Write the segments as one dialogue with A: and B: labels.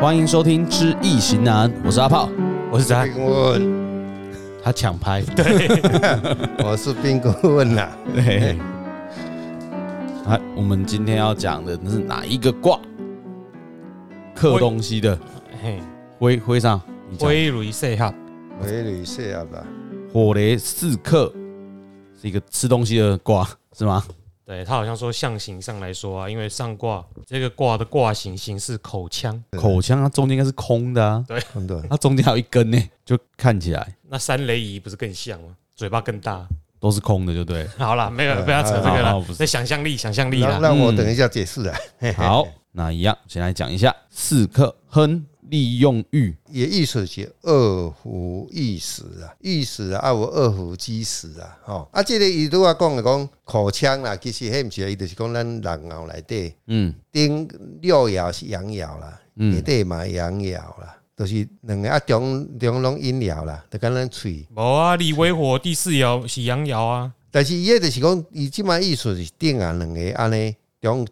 A: 欢迎收听《知易行难》，我是阿炮，
B: 我是张，
C: 冰棍，
A: 他抢拍，
C: 我是冰棍 呐、
A: 对。哎，我们今天要讲的是哪一个卦？刻东西的
B: 嘿，
A: 徽徽上，你讲
B: 威雷塞哈，
C: 回旅社啊 吧，
A: 火雷四克是一个吃东西的卦是吗？
B: 对他好像说象形上来说啊，因为上卦这个卦的卦形形是口腔，
C: 对
A: 口腔它中间应该是空的啊，
C: 很多人
A: 它中间还有一根呢，就看起来
B: 那三雷仪不是更像吗？嘴巴更大。
A: 都是空的，就对了。
B: 好啦，没有不要扯这个
A: 好好
B: 了
A: 呃哦不，是
B: 这想象力，想象力
C: 让
B: 啦。
C: 让我等一下解释啊。
A: 好，那一样先来讲一下四克亨利用欲，
C: 也意思是二虎一死啊，一死啊，啊有二虎鸡死啊，吼、啊，这个伊拄啊讲的讲口腔啦，其实迄毋是，伊就是讲咱人脑内底
A: 嗯
C: 顶六爻是阳爻啦，
A: 嗯
C: 内底嘛阳爻啦，就是两个啊中中拢阴爻啦，就敢咱喙。
B: 无啊，李威火第四爻是阳爻啊，
C: 但是伊迄就是讲，伊即摆意思是顶啊两个安尼，中一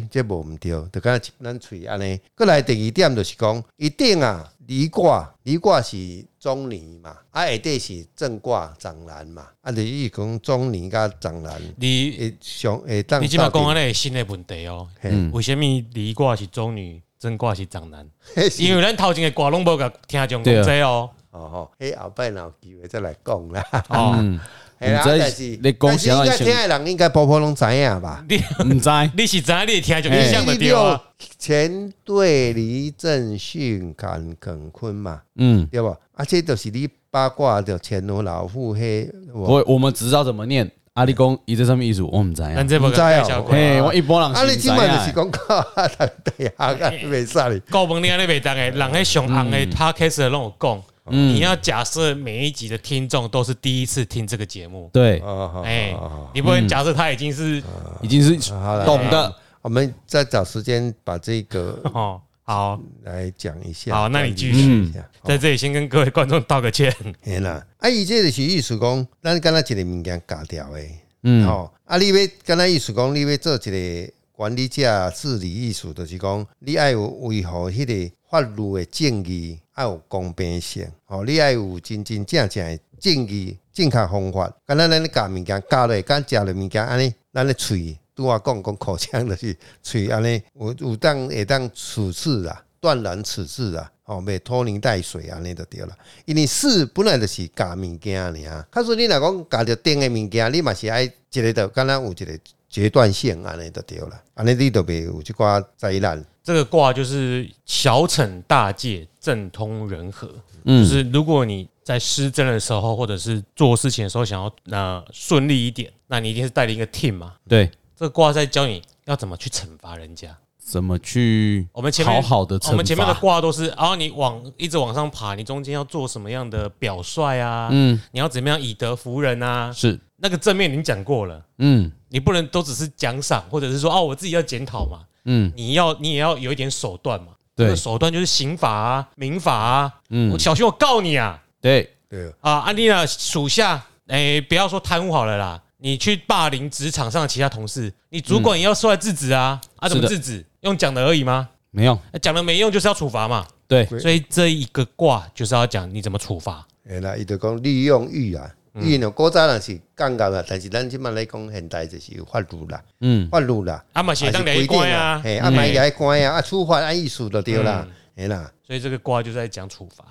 C: 支这无毋对，就敢若一咱喙安尼。过来第二点就是讲，伊顶啊离卦，离卦是中年嘛，啊下底是正卦长男嘛，啊就是伊讲中年甲长男，
B: 你
A: 哎
C: 会上会当
B: 你起码讲
C: 啊，
B: 安尼新的问题哦。
A: 嗯，
B: 为什么离卦是中女，正卦是长男？
C: 嘿是
B: 因为咱头前的卦拢无甲听众
A: 啊
B: 讲这哦。
C: 哦吼，迄后摆若有机会再来讲啦。
B: 哦，
A: 嗯，
C: 嘿啦啊
A: 我们这
C: 但是
A: 你讲
C: 但
A: 什
C: 是
A: 么
C: 应该听的人应该波波拢知影吧？
B: 你
A: 唔知
B: 你是知道你的听
A: 哎
B: 众印象的对啊？
C: 前对离正巽坎艮坤嘛。
A: 嗯，
C: 对吧？啊，这就是你八卦的前奴老虎黑，我
A: 我我们只知道怎么念阿里公，一在上面一组，我们知哦
B: 咱
A: 呀。
B: 这无甲介绍过。
A: 嘿，我一般人
C: 啊，你
A: 是
C: 今
A: 不知
C: 晚就是
A: 呀。
C: 讲 靠啊，对啊，啊，袂使哩，
B: 高问你安尼袂当诶，人迄上红
A: 嗯
B: 诶 podcast 拢有讲，你要假设每一集的听众都是第一次听这个节目，
A: 对，
C: 哦，
B: 哎
A: 啊
C: 哦，
B: 你不能假设他已经是
A: 已经是
C: 啊好了，
A: 懂的。
C: 我们再找时间把这个
B: 哦好，
C: 来讲一下。
B: 好那你继
A: 续
C: 一下。
B: 在这里先跟各位观众道个歉。
C: 嘿啦，啊，伊这就是意思讲，咱敢若一个物件教掉的，
A: 嗯
C: 吼、啊，你要敢若意思讲，你要做一个管理者治理意思，就是讲，你爱有维护迄个法律的正义，爱有公平性，吼、你爱有真真正正的正义正确方法，敢若咱咧教物件教落，敢食落物件安尼，咱咧喙拄啊讲讲口腔就是喙安尼，有有当会当处置啦，断然处置啦，吼、袂拖泥带水安尼就对啦。因为四本来就是加物件尔，他说你若讲加着顶的物件，你嘛是爱一个就敢若有一个阶段性安尼就对啦，安尼你就袂有即寡灾难。
B: 这个卦就是小惩大戒，政通人和。就
A: 嗯
B: 是如果你在施政的时候，或者是做事情的时候，想要呃顺利一点，那你一定是带领一个 team 嘛。
A: 对，
B: 这个卦在教你要怎么去惩罚人家。
A: 怎么去
B: 我们前
A: 好
B: 面
A: 好的
B: 哦我们前面的
A: 惩罚
B: 卦都是，然后你往一直往上爬，你中间要做什么样的表率啊？
A: 嗯
B: 你要怎么样以德服人啊？
A: 是
B: 那个正面已经讲过了，
A: 嗯
B: 你不能都只是奖赏，或者是说哦，我自己要检讨嘛。
A: 嗯
B: 你要你也要有一点手段嘛。这
A: 对
B: 个手段就是刑法啊、民法啊。
A: 嗯
B: 我小心我告你啊
A: 对
C: 对，
B: 啊，安妮娜属下，哎，不要说贪污好了啦，你去霸凌职场上的其他同事，你主管也要出来制止啊。啊，怎么
A: 嗯是
B: 制止？用讲的而已吗？
A: 没有
B: 那讲了没用，就是要处罚嘛。
A: 对
C: 对
B: 所以这一个卦就是要讲你怎么处罚。
C: 嘿啦，伊就讲利用欲啊，欲呢古早人是降格啦，但是咱即满来讲现代就是有法律啦，
A: 嗯
C: 法律啦，
B: 啊嘛是
C: 也
B: 会当连关啊，
C: 嘿，啊，买来关啊，啊，处罚按意思就对啦，嘿啦，
B: 所以这个卦就在讲处罚。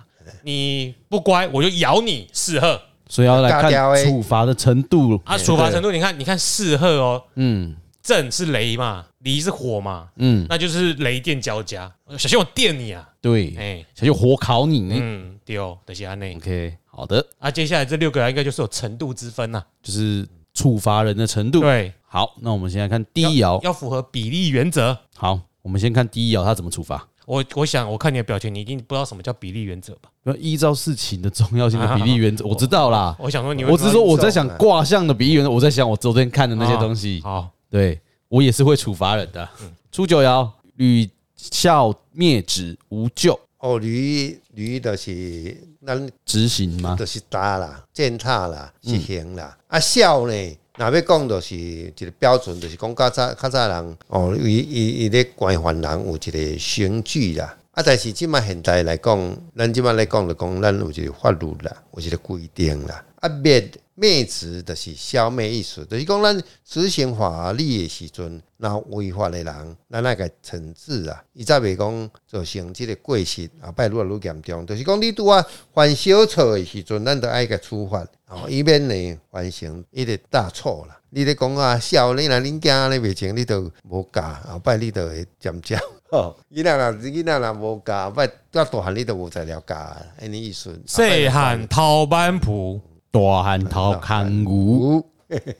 B: 你不乖，我就咬你四喝
A: 所以要来
C: 尬掉
A: 看
C: 欸
A: 处罚的程度
B: 啊！处罚程度，你看，你看四喝哦，
A: 哎嗯
B: 震是雷嘛，离是火嘛，
A: 嗯
B: 那就是雷电交加，小心我电你啊！
A: 对
B: 哎，
A: 小心火烤你呢
B: 嗯，对哦，就是安内
A: OK 好的
B: 啊。接下来这六个啊应该就是有程度之分呐、
A: 就是处罚人的程度
B: 对，
A: 好那我们先来看第一爻
B: 要符合比例原则。
A: 好我们先看第一爻它怎么处罚
B: 我我想，我看你的表情，你一定不知道什么叫比例原则吧？
A: 要依照事情的重要性的比例原则
B: 啊
A: 我知道啦
B: 我想说你会
A: 我只是说我在想
C: 重啊
A: 卦象的啊比例原则我在想我昨天看的那些东西
B: 啊好，
A: 对我也是会处罚人的。初九爻，屡效灭职，无咎
C: 哦，驴驴就是咱
A: 执行吗？
C: 就是打啦、践踏啦、实行啦。啊，孝呢，若要讲就是一个标准，就是讲较早较早人哦，伊伊伊咧关怀人有一个刑具啦。啊，但是即马现代来讲，咱即马来讲就讲，咱有一个法律啦，有一个规定啦。啊，灭灭职就是消灭意思，就是讲咱执行法律的时阵，若违法的人，咱那个惩治啊，伊则袂讲造成即个过失后摆愈来愈严重。就是讲你拄啊犯小错的时阵，咱就爱甲处罚，哦，以免呢犯成一个大错啦。你咧讲啊，少年啊，恁囝咧袂成，你都无教，后摆你就会尖叫。哦， 囡仔若囡仔若无教，后摆到大汉你都无材料教啊，安尼意思。
B: 细汉掏班谱，
A: 大汉头康牛，
C: 无，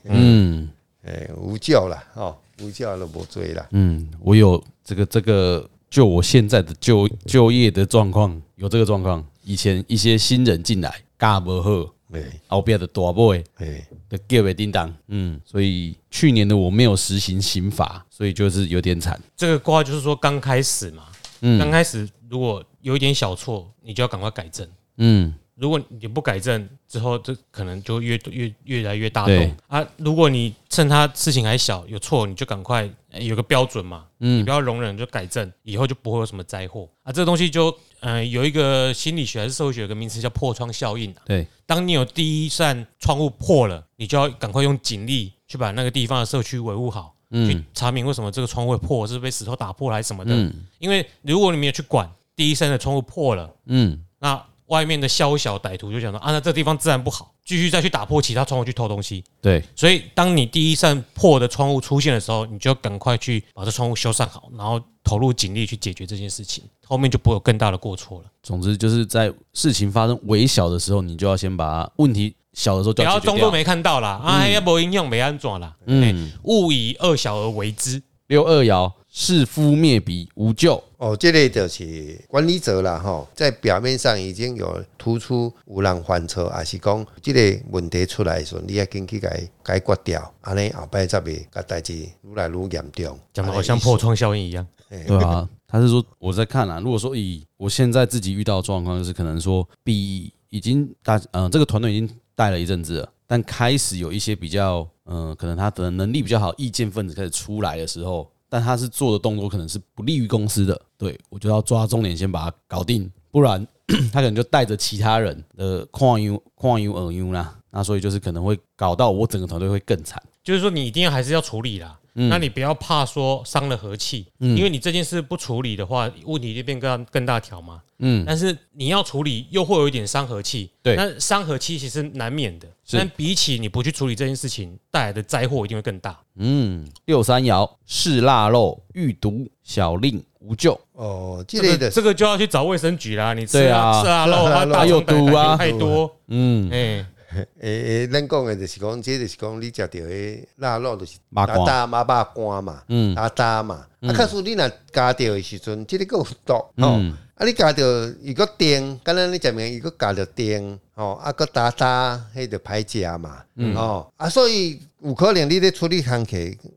A: 嗯
C: 诶，无教哎啦，哦，无教就无做啦。
A: 嗯，我有这个这个，就我现在的就就业的状况有这个状况，以前一些新人进来教无好，
C: 诶
A: 后边的大尾
C: 诶，
A: 的叫袂叮当，嗯，所以去年的我没有实行刑法，所以就是有点惨，
B: 这个卦就是说刚开始嘛，刚开始如果有一点小错，你就要赶快改正。
A: 嗯，
B: 如果你不改正之后，这可能就越越越来越大
A: 对
B: 动啊！如果你趁他事情还小，有错你就赶快呃有个标准嘛，你不要容忍就改正，以后就不会有什么灾祸啊！这个东西就嗯、呃有一个心理学还是社会学有个名词叫破窗效应啊。
A: 对，
B: 当你有第一扇窗户破了，你就要赶快用警力去把那个地方的社区维护好，去查明为什么这个窗户会破，是被石头打破了还是什么的。因为如果你没有去管第一扇的窗户破了，
A: 嗯，
B: 那外面的宵小歹徒就想说啊，那这地方自然不好，继续再去打破其他窗户去偷东西。
A: 对，
B: 所以，当你第一扇破的窗户出现的时候，你就赶快去把这窗户修缮好，然后投入警力去解决这件事情，后面就不会有更大的过错了。
A: 总之就是在事情发生微小的时候，你就要先把问题小的时候
B: 不
A: 就
B: 要
A: 要解决
B: 装作
A: 掉。
B: 没看到啦，啊，要不影响没安装啦，嗯，勿以恶小而为之。
A: 六二爻是夫灭彼，无咎。
C: 哦，这个就是管理者啦，吼，在表面上已经有突出有人犯错，还是讲这个问题出来的时候，你要紧去解解决掉，安尼后摆才袂甲代志愈来愈严重。
B: 讲的好像破窗效应一样，
A: 对啊，他是说我在看啊。如果说以我现在自己遇到的状况，就是可能说比已经大呃这个团队已经带了一阵子了，但开始有一些比较嗯、呃可能他的能力比较好，意见分子开始出来的时候，但他是做的动作可能是不利于公司的。对我就要抓重点，先把它搞定，不然 他可能就带着其他人的矿油矿油耳油啦。那所以就是可能会搞到我整个团队会更惨。
B: 就是说你一定要还是要处理啦。那你不要怕说伤了和气，因为你这件事不处理的话，问题就变更更大条嘛。
A: 嗯，
B: 但是你要处理，又会有一点伤和气。
A: 对
B: 那伤和气其实难免的，
A: 是
B: 但比起你不去处理这件事情带来的灾祸，一定会更大。
A: 嗯，六三爻是腊肉，欲毒小令无咎。
C: 哦，这
B: 这
C: 个
B: 个
C: 的
B: 这个就要去找卫生局啦，你吃
A: 对
B: 啊
A: 啊
B: 吃啊肉
C: 吃啊
B: 啊
C: 肉
B: 大
A: 有
B: 肠杆
A: 毒
B: 菌
A: 啊
B: 太多，
A: 嗯，
B: 哎，
C: 诶、诶，咱讲的就是讲，这就是讲你食着迄腊肉，就是
A: 肉干
C: 打嘛肉干嘛，
A: 嗯
C: 打打嘛。啊，可是你若加着的时阵，即、个个有毒吼、
A: 嗯
C: 啊，你加着伊个丁，敢若你食面伊个加着丁吼，啊个打打，迄就歹食嘛，
A: 嗯
C: 哦啊，所以有可能你咧处理工课，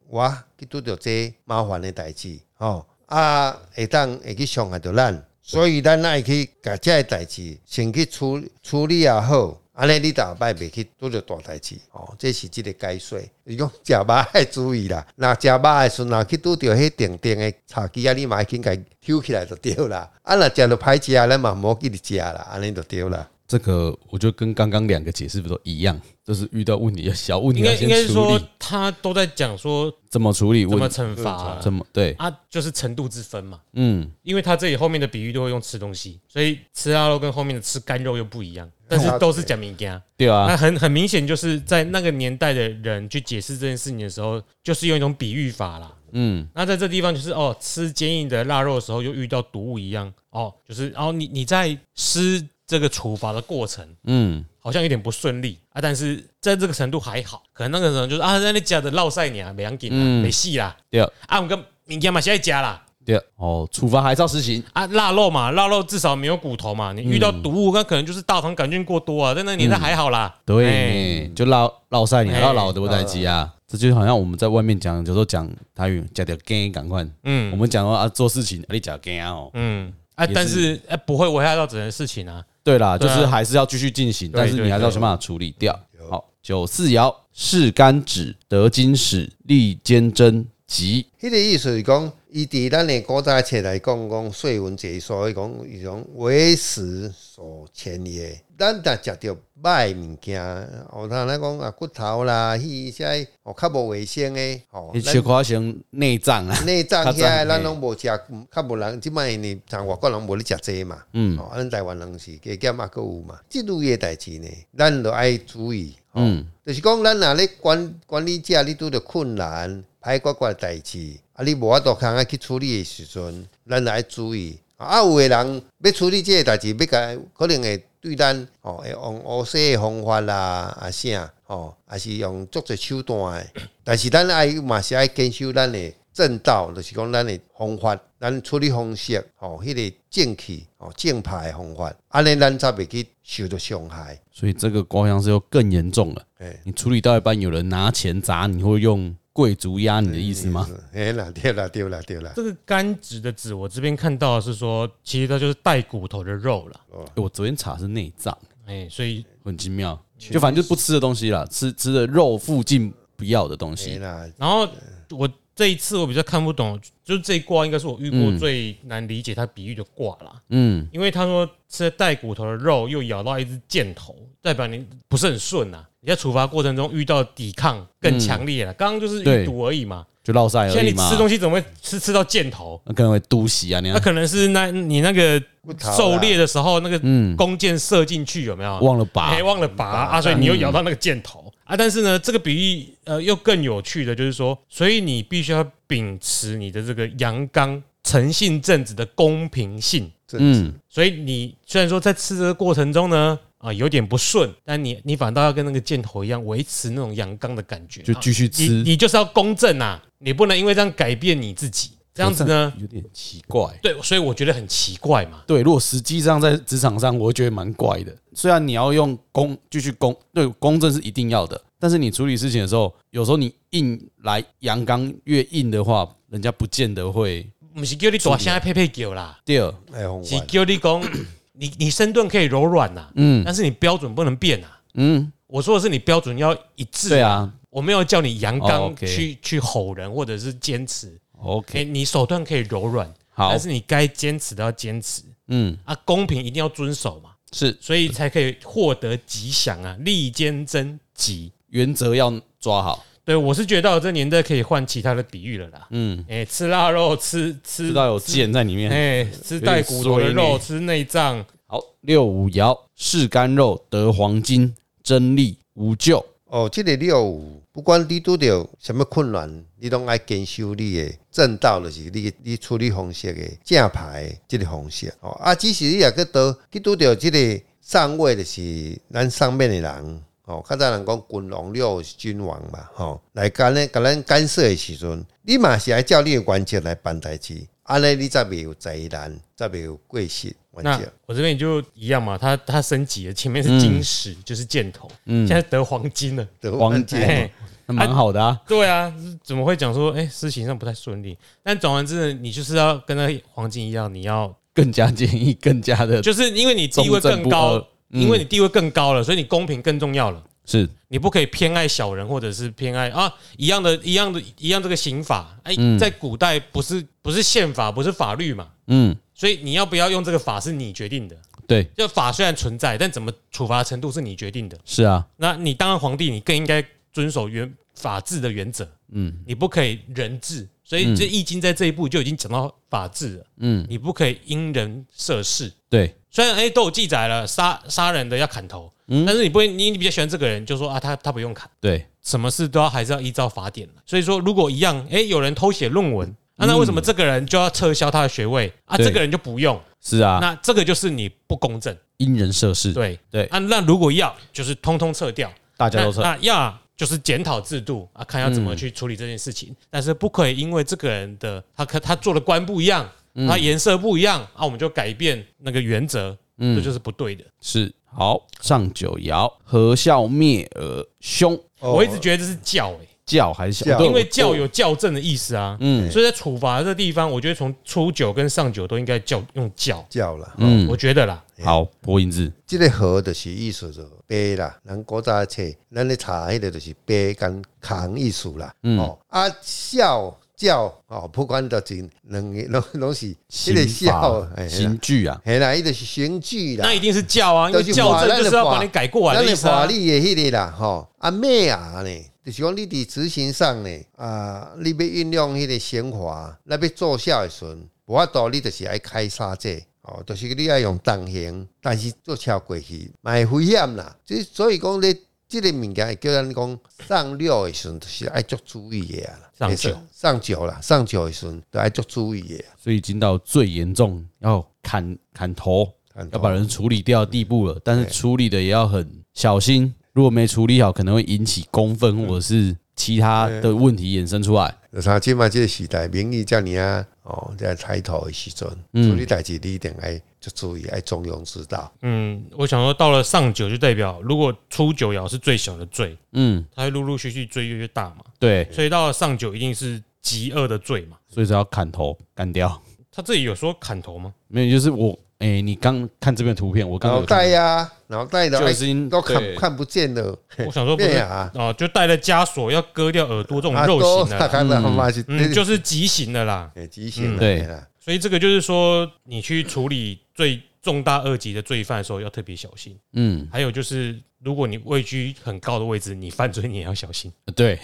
C: 哇，去拄着这麻烦的代志吼，啊，会当会去伤害着咱。所以咱爱去甲遮个代志先去处理处理也好，安尼你大摆袂去拄着大代志哦。这是即个解说，伊讲食肉爱注意啦，若食肉的时阵，若去拄着迄定定的叉机啊，你嘛要紧甲抽起来就对啦。啊，若食着歹食，咱嘛无去直食啦，安尼就对啦。
A: 这个我觉得跟刚刚两个解释不都一样，就是遇到问题小问题
B: 应
A: 要
B: 该应
A: 先
B: 该是
A: 处
B: 说
A: 理，
B: 他都在讲说
A: 怎么处理
B: 怎么
A: 问呃
B: 惩罚啊
A: 怎么对，
B: 啊，就是程度之分嘛。
A: 嗯，
B: 因为他这里后面的比喻都会用吃东西，所以吃腊肉跟后面的吃干肉又不一样，但是都是讲明干。
A: 对
B: 那
A: 啊，
B: 很很明显就是在那个年代的人去解释这件事情的时候，就是用一种比喻法啦。
A: 嗯，
B: 那在这地方就是哦，吃坚硬的腊肉的时候，又遇到毒物一样哦，就是哦，你你在施这个处罚的过程，
A: 嗯，
B: 好像有点不顺利啊，但是在这个程度还好，可能那个人就是啊，在那家的落赛你啊，没人给
A: 嗯
B: 没戏啦，
A: 对啊
B: 啊，我们跟明天嘛现在加啦，
A: 对啊，哦，处罚还是要实行，
B: 啊，腊肉嘛，腊肉至少没有骨头嘛。你遇到毒物，那可能就是大肠杆菌过多啊，但那年代还好啦。哎，
A: 嗯对，就绕绕晒你，
B: 哎
A: 绕老的不代机啊，这就好像我们在外面讲，有时候讲台语，讲点干，赶快，我
B: 嗯
A: 们讲到啊做事情，啊你讲干哦，
B: 嗯，啊，
A: 也
B: 但是哎，不会危害到整件事情啊。
A: 对啦，就
B: 对啊
A: 是还是要继续进行，
B: 对
A: 但是
B: 对
A: 你还是要
B: 对
A: 想办法处理掉。好，九四爻是干指得金使，利坚贞吉。
C: 迄、个意思是讲，伊伫咱的古早册来讲，讲水文这所谓讲伊种为时所牵的，咱若食着歹物件，哦，他咱讲啊骨头啦，迄些哦较无卫生的，哦，
A: 伊
C: 咱
A: 小可像内脏啊，
C: 内脏
A: 较
C: 遐
A: 脏
C: 的咱
A: 嘿
C: 拢无食，嗯较无人即摆呢，像外国人无咧食这嘛，
A: 嗯
C: 哦，咱台湾人是加减啊，搁有嘛，即类诶代志呢，咱着爱注意，哦，
A: 嗯
C: 就是讲咱若咧管管理者，你拄着困难、歹决决代志，啊，你无法度通啊去处理诶时阵，咱着爱注意。啊，有诶人要处理即个代志，要甲可能会对咱哦，会用乌色诶方法啦，啊啥哦，啊是用足侪手段诶。但是咱爱嘛是爱坚守咱的正道，就是讲咱的方法，咱处理方式，吼、迄、个正气，吼、正派的方法，安尼咱才袂去受到伤害。
A: 所以这个刮伤是又更严重了。
B: 哎
C: 诶、
A: 你处理到一半，有人拿钱砸你，或用贵族压你的意思
B: 哎
A: 吗？
C: 嗯嘿啦，对啦，对啦，对啦，
B: 这个肝指的指，我这边看到的是说，其实它就是带骨头的肉了，
A: 哎我昨天查是内脏，
B: 哎，所以
A: 很精妙。就反正就不吃的东西啦，吃吃的肉附近不要的东
B: 哎
C: 嘿
A: 西。
C: 啦，
B: 然后我这一次我比较看不懂，就是这一卦应该是我遇过
A: 嗯
B: 最难理解它比喻的卦啦，
A: 嗯，
B: 因为他说吃带骨头的肉又咬到一只箭头，代表你不是很顺啊。你在处罚过程中遇到抵抗更强烈了，刚刚就是
A: 对
B: 遇毒而已嘛。
A: 就落晒
B: 现在
A: 而
B: 你
A: 已嘛
B: 吃。东西怎么会吃吃到箭头？
A: 那可能会毒袭啊，你
B: 那 可能是那你那个
C: 骨头啦
B: 狩猎的时候，那个
A: 嗯
B: 弓箭射进去有没有？
A: 忘了拔嗯
B: 哎，忘了拔啊，所以你又咬到那个箭头啊。但是呢，这个比喻呃又更有趣的就是说，所以你必须要秉持你的这个阳刚、诚信、正直的公平性。
C: 真是
A: 嗯，
B: 所以你虽然说在吃的过程中呢，啊有点不顺，但你你反倒要跟那个箭头一样，维持那种阳刚的感觉，
A: 就
B: 啊
A: 继续
B: 你
A: 吃。
B: 你就是要公正啊，你不能因为这样改变你自己。这样子呢，
A: 有点奇怪。
B: 对，所以我觉得很奇怪嘛。
A: 对，如果实际上在职场上，我会觉得蛮怪的。虽然你要用公继续公，对公正是一定要的，但是你处理事情的时候，有时候你硬来阳刚越硬的话，人家不见得会
B: 不是叫你大声配配叫啦，
A: 第二，
C: 爱方
B: 是
C: 法。
B: 叫你讲 你你身段可以柔软呐、
A: 嗯
B: 但是你标准不能变啊。
A: 嗯，
B: 我说的是你标准要一致，
A: 对，啊
B: 我没有叫你阳
A: 哦
B: 刚
A: ，OK
B: 去去吼人或者是坚持，哎，
A: ，OK，
B: 你手段可以柔软，
A: 好
B: 但，是你该坚持的要坚持
A: 嗯，
B: 啊，公平一定要遵守嘛，
A: 是
B: 所以才可以获得吉祥啊，利坚贞吉。
A: 原则要抓好，
B: 对，我是觉得到了这年代可以换其他的比喻了啦。
A: 嗯，
B: 哎、吃腊肉，吃吃
A: 知道有剑在里面。
B: 哎、吃带骨头的
A: 有点缩
B: 肉，
A: 呢
B: 吃内脏，
A: 好，六五爻，是干肉得黄金，真力无咎。
C: 哦，即、个你有，不管你拄着什物困难，你拢爱坚守你的正道，就是你你处理方式的正牌的即个方式。哦，啊，只是你也去倒去拄着即个上位，就是咱上面的人。哦，较早人讲君王了是君王嘛，吼、来干咧，甲咱干涉的时阵，你嘛是爱照你的原则来办代志，安尼你则袂有灾难，则袂有过失。原
B: 那
C: 则
B: 我这边就一样嘛，它它升级了，前
A: 嗯
B: 面是金石，就是箭头，现在得黄金了。
C: 得
A: 王
C: 完
A: 者
C: 结
B: 哎，
A: 那蛮好的啊，
B: 对啊，怎么会讲说，哎、事情上不太顺利？但总而言之呢，你就是要跟那个黄金一样，你要
A: 更加建议，更加的
B: 就是因为你地
A: 忠
B: 位
A: 贞
B: 更
A: 不
B: 高
A: 二，嗯
B: 因为你地位更高了，所以你公平更重要了。
A: 是
B: 你不可以偏爱小人，或者是偏爱啊一样的、一样的、一样这个刑法。哎、
A: 嗯
B: 在古代不是不是宪法，不是法律嘛，
A: 嗯，
B: 所以你要不要用这个法是你决定的。
A: 对，
B: 就法虽然存在，但怎么处罚程度是你决定的。
A: 是啊，
B: 那你当了皇帝，你更应该遵守原法治的原则，
A: 嗯
B: 你不可以人治。所以
A: 嗯
B: 这《易经》在这一步就已经讲到法治了，
A: 嗯，
B: 你不可以因人设事。
A: 对，
B: 虽然哎、都有记载了，杀杀人的要砍头，
A: 嗯
B: 但是你不会，你你比较喜欢这个人，就说啊，他他不用砍，
A: 对，
B: 什么事都要还是要依照法典了所以说，如果一样，哎、有人偷写论文，啊、那为什么这个人就要撤销他的学位
A: 嗯
B: 啊？
A: 对
B: 这个人就不用，
A: 是啊，
B: 那这个就是你不公正。
A: 因人设事，
B: 对
A: 对
B: 啊，那如果要，就是通通撤掉。
A: 大家都
B: 那
A: 是
B: 那要就是检讨制度啊，看要怎么去处理这件事情。但是不可以因为这个人的他可他做的官不一样，他颜色不一样啊，我们就改变那个原则，
A: 嗯
B: 这就是不对的。
A: 是好。上九爻，和孝灭尔，凶
C: 哦
B: 我一直觉得这是教诶、
A: 教还是
C: 教
A: 孝？对
B: 因为
A: 我
B: 教有校正的意思啊。
A: 嗯
C: 哎
B: 所以在处罚这地方，我觉得从初九跟上九都应该教用教，
C: 叫啦。
A: 嗯
B: 我觉得啦。
A: 好播音字，
C: 即个河就是意思就碑啦，咱古早册咱咧查迄个就是碑跟空意思啦。哦，啊孝照哦，不管到真两个拢拢是迄个
A: 刑
C: 笑
A: 法、
C: 哎
A: 刑具啊，
C: 系啦，伊就是刑具啦
B: 那。一定是教啊，因为
C: 就是
B: 校
C: 法
B: 正就是
C: 咱的
B: 要把你改过来
C: 咱
B: 的意
C: 的
B: 思
C: 法
B: 啊。
C: 律的迄个啦，吼，啊咩啊呢？就是讲你伫执行上呢，啊，你要运用迄个刑罚，那要做效的时阵，无法度你就是爱开杀者，哦，就是你爱用重刑，但是做超过去，蛮危险啦。即所以讲你即个物件会叫咱讲上料的时阵，就是爱足注意的啊。
B: 上酒
C: 上酒啦，上酒的时阵都爱足注意的啊。
A: 所以已经到最严重要砍砍头，
C: 砍头
A: 要把人处理掉的地步了。但是处理的也要很小心，如果没处理好，可能会引起公
C: 嗯
A: 愤或者是其他的问题衍生出来。
C: 就像即嘛即个时代，民意遮尔啊，哦，在抬头的时阵，
A: 嗯
C: 处理代志你一定爱足注意，爱中庸之道。
B: 嗯，我想说，到了上九就代表，如果初九爻是最小的罪，
A: 嗯，
B: 它会陆陆续续罪越越大嘛，
A: 对，
B: 所以到了上九一定是极恶的罪嘛。
A: 所以说要砍头干掉。
B: 他这里有说砍头吗？
A: 没有，就是我，哎、你刚看这边的图片，我刚刚
C: 脑
A: 有看
C: 袋呀、脑袋的
A: 就已经
C: 哎都
A: 对
C: 看看不见了，
B: 我想说不
C: 对
B: 是
C: 啊，
B: 哦，就带着枷锁要割掉耳朵这种
C: 啊
B: 肉
C: 都
B: 刑
C: 大
B: 的，
C: 概他妈是哎
B: 嗯，就是是极刑的啦。
C: 极啊刑
A: 嗯
C: 了
A: 对
C: 嘿啦
B: 所以这个就是说，你去处理最重大恶极的罪犯的时候要特别小心。
A: 嗯，
B: 还有就是，如果你位居很高的位置，你犯罪你也要小心。
A: 对，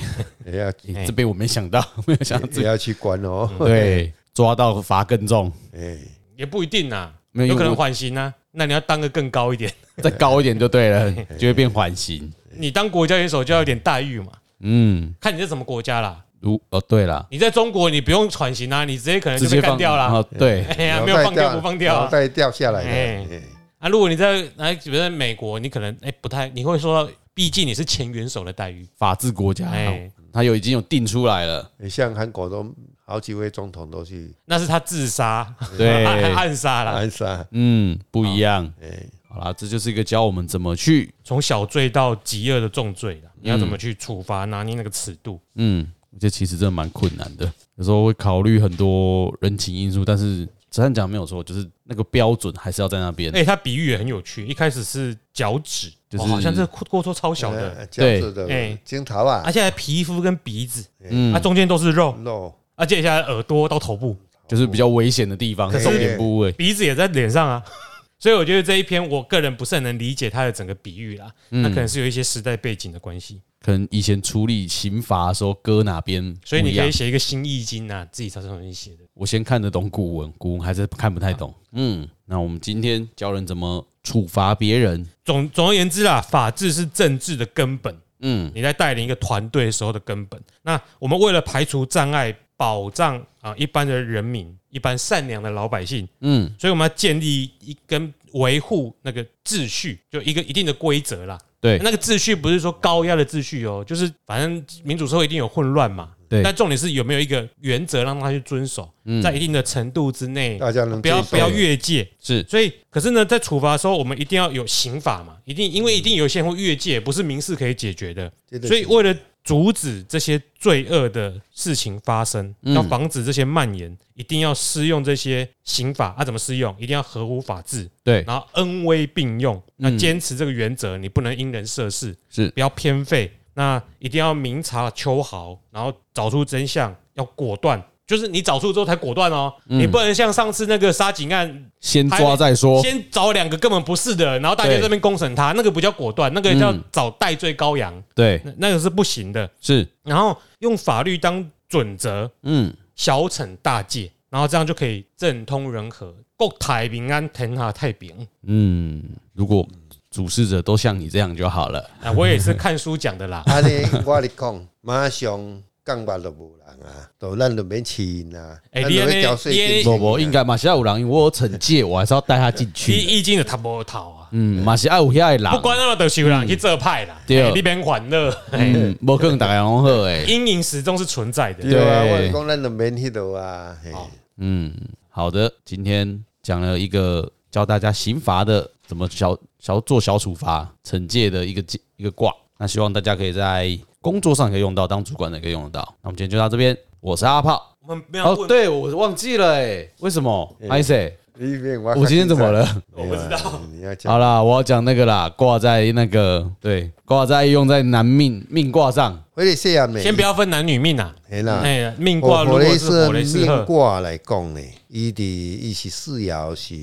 C: 也要
B: 哎
A: 诶这边我没想到，没有想到这
C: 哎也
A: 个，
C: 要去关哦。
B: 嗯
A: 对，抓到罚更重，
C: 哎，
B: 也不一定啊，
A: 没有
B: 有可能
A: 我
B: 缓刑啊。那你要当个更高一点，
A: 再高一点就对 了，就会变缓刑。
B: 你当国家元首就要有点待遇嘛。
A: 嗯，
B: 看你是什么国家啦，
A: 如哦，对了，
B: 你在中国你不用缓刑啊，你直接可能
A: 直
B: 就
A: 接
B: 被
A: 放
B: 干掉啦。
A: 哦，对，
B: 哎呀，
C: 脑
B: 没有
C: 袋
B: 放掉不放掉
C: 脑
B: 啊。
C: 袋掉下来了。
B: 哎
C: 哎
B: 啊，如果你在哎，比如在美国，你可能哎不太，你会说，毕竟你是前元首的待遇。
A: 法治国家，
B: 哎，
A: 他有已经有定出来了，
C: 你哎像韩国都好几位总统都去
B: 那是他自杀，
A: 对
B: 暗暗杀啦。
C: 暗杀，
A: 嗯，不一样。
C: 哎，
A: 好啦，这就是一个教我们怎么去，
B: 从小罪到极恶的重罪啦，你要怎么去处罚，拿捏那个尺度？
A: 嗯，这其实真的蛮困难的，有时候会考虑很多人情因素，但是陈汉讲没有错，就是那个标准还是要在那边。
B: 哎，他比喻也很有趣，一开始是脚趾，
A: 就
B: 哦
A: 是
B: 好像这个锅头超小的，
C: 哎这样子
B: 对
C: 的
B: 哎
C: 金头啊
B: 啊，，现在皮肤跟鼻子，啊
A: 嗯
B: 它，中间都是肉，
C: 肉
B: 啊，接下来耳朵到头部，
A: 就是比较危险的地方，
C: 可是
A: 重点部位。
B: 鼻子也在脸上啊。 所以我觉得这一篇，我个人不是很能理解它的整个比喻啦，
A: 嗯
B: 那可能是有一些时代背景的关系，
A: 可能以前处理刑罚的时候搁哪边，
B: 所以你可以，写一个新易经啊，自己查查东西写的。
A: 我先看得懂古文，古文还是看不太懂。嗯，那我们今天教人怎么处罚别人，
B: 总总而言之啦，法治是政治的根本，
A: 嗯，
B: 你在带领一个团队的时候的根本。那我们为了排除障碍，保障啊一般的人民、一般善良的老百姓，
A: 嗯，
B: 所以我们要建立一跟维护那个秩序，就一个一定的规则啦。
A: 对
B: 那个秩序不是说高压的秩序哦，就是反正民主社会一定有混乱嘛。
A: 对嗯
B: 但重点是有没有一个原则让他去遵守，在一定的程度之内，
C: 大家能
B: 不要
C: 接受
B: 不要越界。
A: 是
B: 所以，可是呢，在处罚的时候，我们一定要有刑法嘛，一定因为一定有一些人会越界，不是民事可以解决的。
C: 这个。
B: 所以，为了阻止这些罪恶的事情发生，
A: 嗯
B: 要防止这些蔓延，一定要施用这些刑法啊。怎么施用？一定要合乎法治，
A: 对，
B: 然后恩威并用。那
A: 嗯
B: 坚持这个原则，你不能因人设事，
A: 是
B: 不要偏废。那一定要明察秋毫，然后找出真相，要果断。就是你找出之后才果断哦，你不能像上次那个杀警案
A: 先抓再说，
B: 先找两个根本不是的，然后大家在那边公审他，那个不叫果断，那个叫
A: 嗯
B: 找戴罪羔羊，
A: 对，
B: 那那个是不行的。
A: 是，
B: 然后用法律当准则，
A: 嗯，
B: 小惩大戒，然后这样就可以政通人和，国泰民安，天下太平。
A: 嗯，如果主事者都像你这样就好了。
B: 啊，我也是看书讲的啦
C: 安尼我咧讲，马上降八就无人啊，都咱就免饲因啊，
B: 哎
C: 咱就
B: 你安尼
C: 要交税
B: 你安尼
C: 金。
A: 不不，应该马西亚有人，因为我有惩戒，我还是要带他进
B: 你
A: 去。
B: 易经的他不逃啊，
A: 嗯，马西亚有遐的人，
B: 不管那么多修啦，去这派啦，
A: 对
B: 哎你别还乐，哎
A: 嗯，无可能大家拢好诶。
B: 阴影始终是存在的。
C: 对啊，
A: 对
C: 我是讲咱就免迄落啊。嘿
B: 好
A: 嗯，好的，今天讲了一个教大家刑罚的怎么小小做小处罚惩戒的一个一个卦，那希望大家可以在工作上可以用到，当主管的也可以用得到。那我们今天就到这边，我是阿炮。
B: 我们不要
A: 哦，
B: 问，
A: 对，我忘记了诶，为什么？艾谁？
C: 你免
A: 我今天怎么？了？
B: 我不知道。
C: 你要讲
A: 好啦，我要讲那个啦，挂在那个对挂在用在男命命卦上，
C: 或者说啊，
B: 先不要分男女命啊，
C: 嘿啦，
B: 哎呀，命卦
C: 火
B: 如果
C: 雷
B: 是火雷
C: 是
B: 四
C: 命
B: 合，
C: 卦来讲呢，伊伫伊是四爻是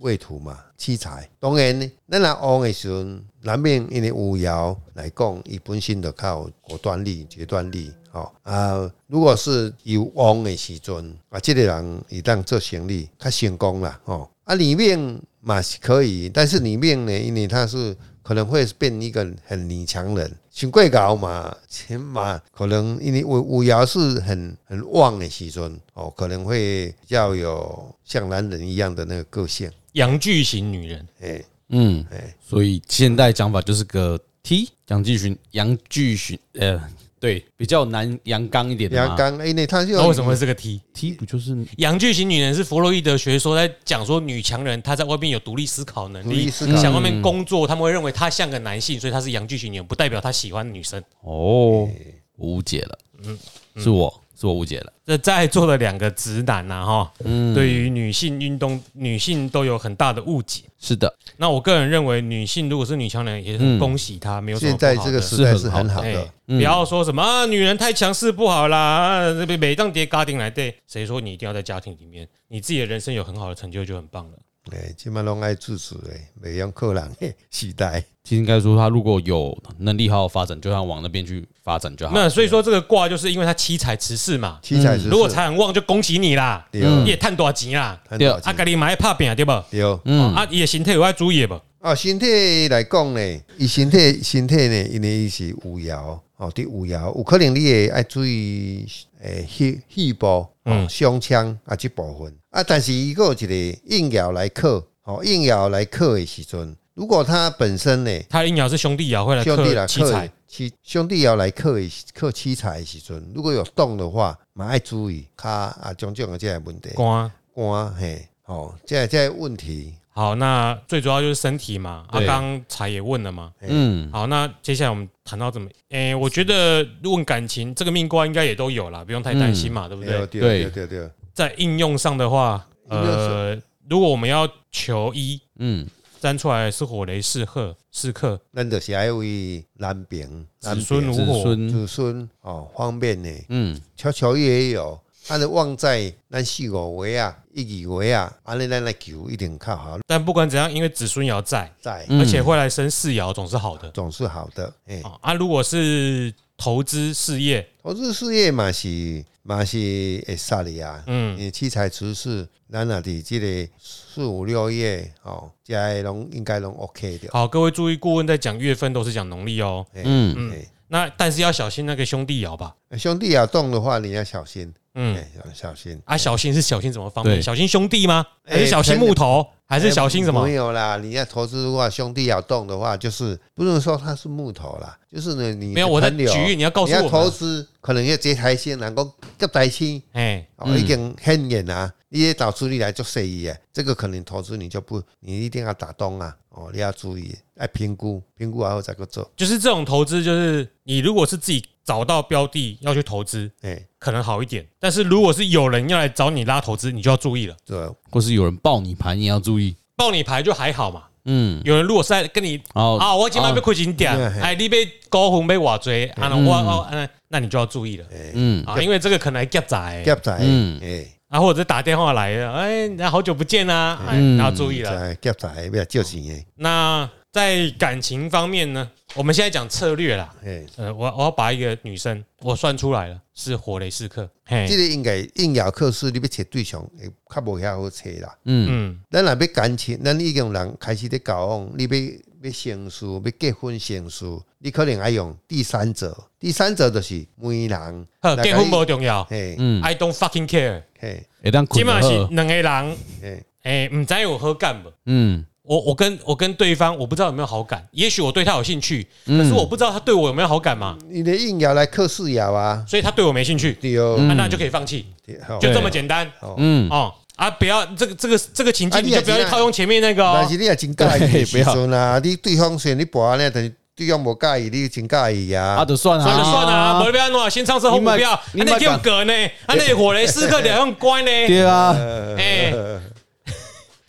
C: 未土嘛，七财。当然呢，咱若旺的时阵，难免因为五爻来讲，伊本身就较有果断力、决断力。哦啊，如果是有旺的时阵，啊，即、个人会当做生意较成功啦。哦，啊，里面嘛是可以，但是里面呢，因为他是可能会变一个很女强人，想过高嘛，钱嘛，可能因为五五爻是很很旺的时阵哦，可能会比较有像男人一样的那个个性，
B: 阳具型女人，
C: 哎、
A: 嗯
C: 哎，
A: 所以现代讲法就是个 T 杨继勋，杨继勋，呃，对，比较难阳刚一点的嘛
C: 阳刚，因为他就
B: 那为什么会是个 T？
A: T 不就是
B: 阳具型女人是弗洛伊德学说在讲说女强人她在外面有独立思考能
C: 独
B: 力
C: 立，思啊
B: 想
C: 考？
B: 外面工作，他们会认为她像个男性，所以她是阳具型女人，不代表她喜欢女生。
A: 哦，
C: 哎
A: 我误解了，嗯，是我是我误解了，
B: 这在座的两个直男呐，哈，对于女性运动、女性都有很大的误解。
A: 是的，
B: 那我个人认为，女性如果是女强人，也是很恭喜她，没有什
C: 嗯
B: 么
C: 现
B: 不好
C: 在这
B: 的。
C: 个时代是
A: 是很好
C: 很好
B: 哎
C: 的，嗯
B: 不要说什么、啊、女人太强势不好啦，啊这边每当跌家庭来对，谁说你一定要在家庭里面？你自己的人生有很好的成就就很棒了。
C: 哎，今麦拢爱自主诶，每样客人的时代，
A: 其实应该说他如果有能力好好发展，就让往那边去发展就
C: 啊
A: 好。
B: 那所以说这个卦就是因为它七彩持世嘛，
C: 七彩之势
B: 嗯如果财很旺就恭喜你啦，
C: 对哦
B: 你也探多钱啦，
C: 很
A: 对
C: 好
B: 啊，
C: 听
B: 家己买怕饼对不？
C: 对哦。
B: 嗯，啊，伊的形态有爱注意的不？
C: 哦，身体来讲呢，伊身体身体呢，因为伊是五爻哦，伫五爻有可能你会爱注意诶，肺肺部、哦、
B: 嗯
C: 胸腔啊，即部分啊，但是伊还有一个应爻来克哦，应爻来克的时阵，如果他本身呢，
B: 他阴爻是兄弟爻啊会来
C: 兄弟来
B: 克七
C: 克
B: 彩
C: 的，七兄弟爻来克的克七彩的时阵，如果有动的话，嘛爱注意骹啊，种种的这个问题，
B: 官。
C: 肝嘿，哦，这这问题，
B: 好，那最主要就是身体嘛，啊，
A: 对
B: 刚才也问了嘛。
A: 嗯，
B: 好，那接下来我们谈到怎么？诶、我觉得问感情这个命卦应该也都有啦，不用太担心嘛，对不对？
C: 对对
A: 对
C: 对对，
B: 在应用上的话，
C: 应用
B: 呃，如果我们要求一，
A: 嗯，
B: 占出来是火雷是克是克，
C: 咱就是爱为南平、南
B: 子孙
C: 平
B: 如
A: 子
B: 火，
A: 孙，
C: 子孙哦方便呢，
A: 嗯，
C: 悄悄也有。安尼啊旺在咱四五位啊，一二位啊，安尼咱来求一定较好
B: 但不管怎样，因为子孙爻在，
C: 在，
A: 嗯
B: 而且会来生四爻，总是好的。
C: 总是好的。哎、
B: 啊啊，如果是投资事业，
C: 投资事业嘛是嘛是会杀你啊。
B: 嗯，
C: 你器材出事，咱若伫即个四五六月哦，遮个拢应该拢 OK 的。
B: 好，各位注意，顾问在讲月份都是讲农历哦。
A: 嗯
C: 嗯，
B: 那但是要小心那个兄弟爻吧。
C: 哎兄弟啊，动的话你要小心，哎、
B: 嗯，
C: 要小心。
B: 啊，小心是小心什么方面？
A: 对
B: 小心兄弟吗？
C: 哎
B: 还是小心木头？还是小心什
C: 哎
B: 么
C: 没？有啦，你要投资的话，兄弟要动的话，就是不能说它是木头啦，就是呢，你
B: 没有，我在举例，
C: 例，
B: 你要告
C: 你
B: 诉我嗯
C: 要投
B: 们。啊
C: 资，可能要这台先，人讲这台先
B: 哎，
C: 哦，已经很远啊，你也找出你来做生意啊，这个可能投资你就不，你一定要打动啊，哦，你要注意，要评估，评估完后再去做，
B: 就是这种投资，就是你如果是自己找到标的要去投资，
C: 哎，
B: 可能好一点。但是如果是有人要来找你拉投资，你就要注意了。
C: 这
A: 或是有人抱你盘，你也要注意。
B: 报你牌就还好嘛。
A: 嗯，哦
B: 有人如果是在跟你
A: 然后
B: 啊，我今晚被亏钱点
C: 嗯，嘿
B: 哎，你被高红被瓦追，啊，那我哦，嗯那你就要注意了
A: 嗯，
B: 啊，因为这个可能还夹杂欸
C: 哎夹仔，
A: 嗯
C: 哎，
B: 啊，或者是打电话来了，哎，那好久不见啊，哎，
A: 嗯
B: 那要注意了。
C: 在夹仔，不要借钱的，
B: 那在感情方面呢，我们现在讲策略啦。
C: 哎。
B: 呃，我我要把一个女生，我算出来了，是火雷四克。嘿
C: 这，个应该应爻克斯，你要找对象，会较无遐好找啦。
B: 嗯，
C: 咱若要感情，咱已经有人开始咧交往，你要要成事，要结婚成事，你可能爱用第三者。第三者就是媒人，
B: 呵，
C: 来
B: 结婚不重要
C: 嘿，
A: 嗯
B: ，I don't fucking care。
C: 嘿，
A: 哎，但
B: 基
A: 捆
B: 本上是
A: 了，
B: 两个人，
C: 嘿，
B: 哎，唔知有好感不？
A: 嗯，
B: 我我跟我跟对方，我不知道有没有好感，也许我对他有兴趣，
C: 嗯
B: 可是我不知道他对我有没有好感嘛，
C: 你的应爻来克四爻啊，
B: 所以他对我没兴趣，啊
C: 对哦，
B: 那那就可以放弃，
C: 对哦
B: 就这么简单
A: 嗯，
B: 哦啊！不要这个这个这个情
C: 啊
B: 境，
C: 你
B: 你
C: 也
B: 就不要去
C: 是啊
B: 套用前面那个
C: 但
B: 哦
C: 是。你也真介意的时
A: 对不
C: 阵啊，你对方虽然你跋咧，但是对方无介意，你真介意
A: 啊，
C: 啊。
A: 就算了，
B: 算了算了啊，不要弄啊，先唱次后股票，啊
A: 你
B: 那
A: 买你买
B: 你有格呢，啊那火雷四克两用乖呢，
A: 对啊，
B: 哎，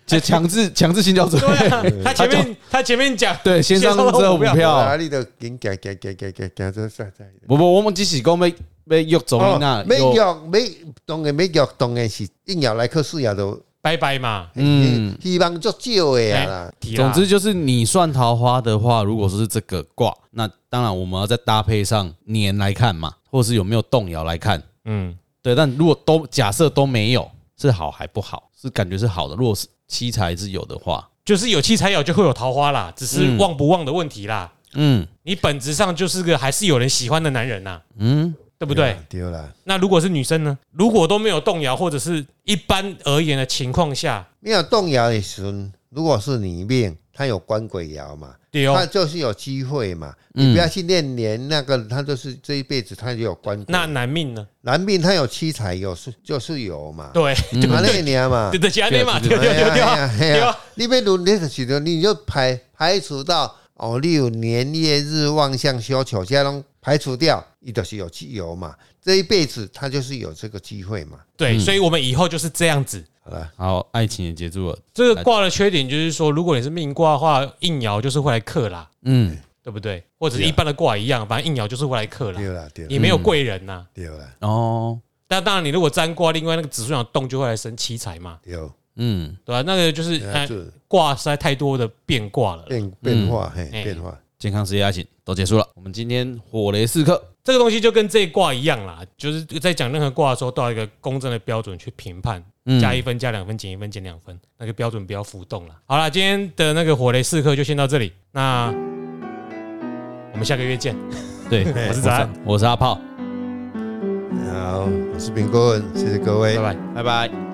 A: 就强 制强制性交罪，
B: 对啊，他前面他前面讲，
A: 对，先上这股
B: 先上这股
A: 票
C: 啊，，你著紧行行行行行行这这这。
A: 不不，我们只是讲要要约走
B: 哦
A: 你那，
C: 美
A: 有
C: 药美当然美药当然是应药来克斯也都，
B: 拜拜嘛，
A: 嗯
C: 嗯，希望足少的啊啦。
B: 提啦
A: 总之就是你算桃花的话，如果说是这个卦，那当然我们要再搭配上年来看嘛，或是有没有动摇来看。
B: 嗯，
A: 对，但如果都假设都没有，是好还不好？是感觉是好的。如果是七财是有的话，
B: 就是有七财有就会有桃花啦，只是
A: 嗯
B: 旺不旺的问题啦。
A: 嗯
B: 你本质上就是个还是有人喜欢的男人呐，
A: 嗯，
B: 对不对？
C: 对啦，
B: 那如果是女生呢？如果都没有动摇，或者是一般而言的情况下，
C: 没有动摇的时候，如果是你命，它有官鬼爻嘛，
B: 对
C: 它
B: 哦，
C: 就是有机会嘛。
A: 嗯
C: 你不要去念连那个，它就是这一辈子它就有官鬼。
B: 那男命呢？
C: 男命它有七彩，有是就是有嘛，
B: 对，
C: 就那年嘛
B: 对。对，其他地嘛，
A: 对
B: 对对对
C: 哎呀哎
B: 对
C: 呀哎
B: 对
C: 呀
B: 啊
C: 你被轮列的时候，你就排排除到哦，你有年月日望向需求，这拢排除掉，你就是有机油嘛。这一辈子他就是有这个机会嘛。
B: 对，所以我们以后就是这样子。
C: 好了，
A: 好，爱情也结束了，
B: 这个卦的缺点就是说，如果你是命卦的话，应爻就是会来克啦，
A: 嗯，
B: 对不对？或者是一般的卦一样，反正应爻就是会来克啦
C: 对，了，对了，
B: 也没有贵人呐。
C: 对了，
A: 哦，
B: 那当然，你如果占卦，另外那个子孙爻动就会来生七财嘛，
C: 对了，
A: 嗯，
B: 对吧、那个就是
C: 对
B: 哎
C: 啊就是
B: 卦实在太多的变卦了。
C: 变变化，嘿，
B: 哎
C: 变化。
A: 健康、事业、爱情都结束了。我们今天火雷四刻，
B: 这个东西就跟这一卦一样啦，就是在讲任何卦的时候，都要有一个公正的标准去评判，
A: 嗯
B: 加一分、加两分、减一分、减两分，那个标准不要浮动了。好啦，今天的那个火雷四课就先到这里，那我们下个月见。
A: 对，
B: 我是子安，
A: 我是阿炮，
C: 好，我是冰棍，谢谢各位，
B: 拜拜。
A: 拜拜。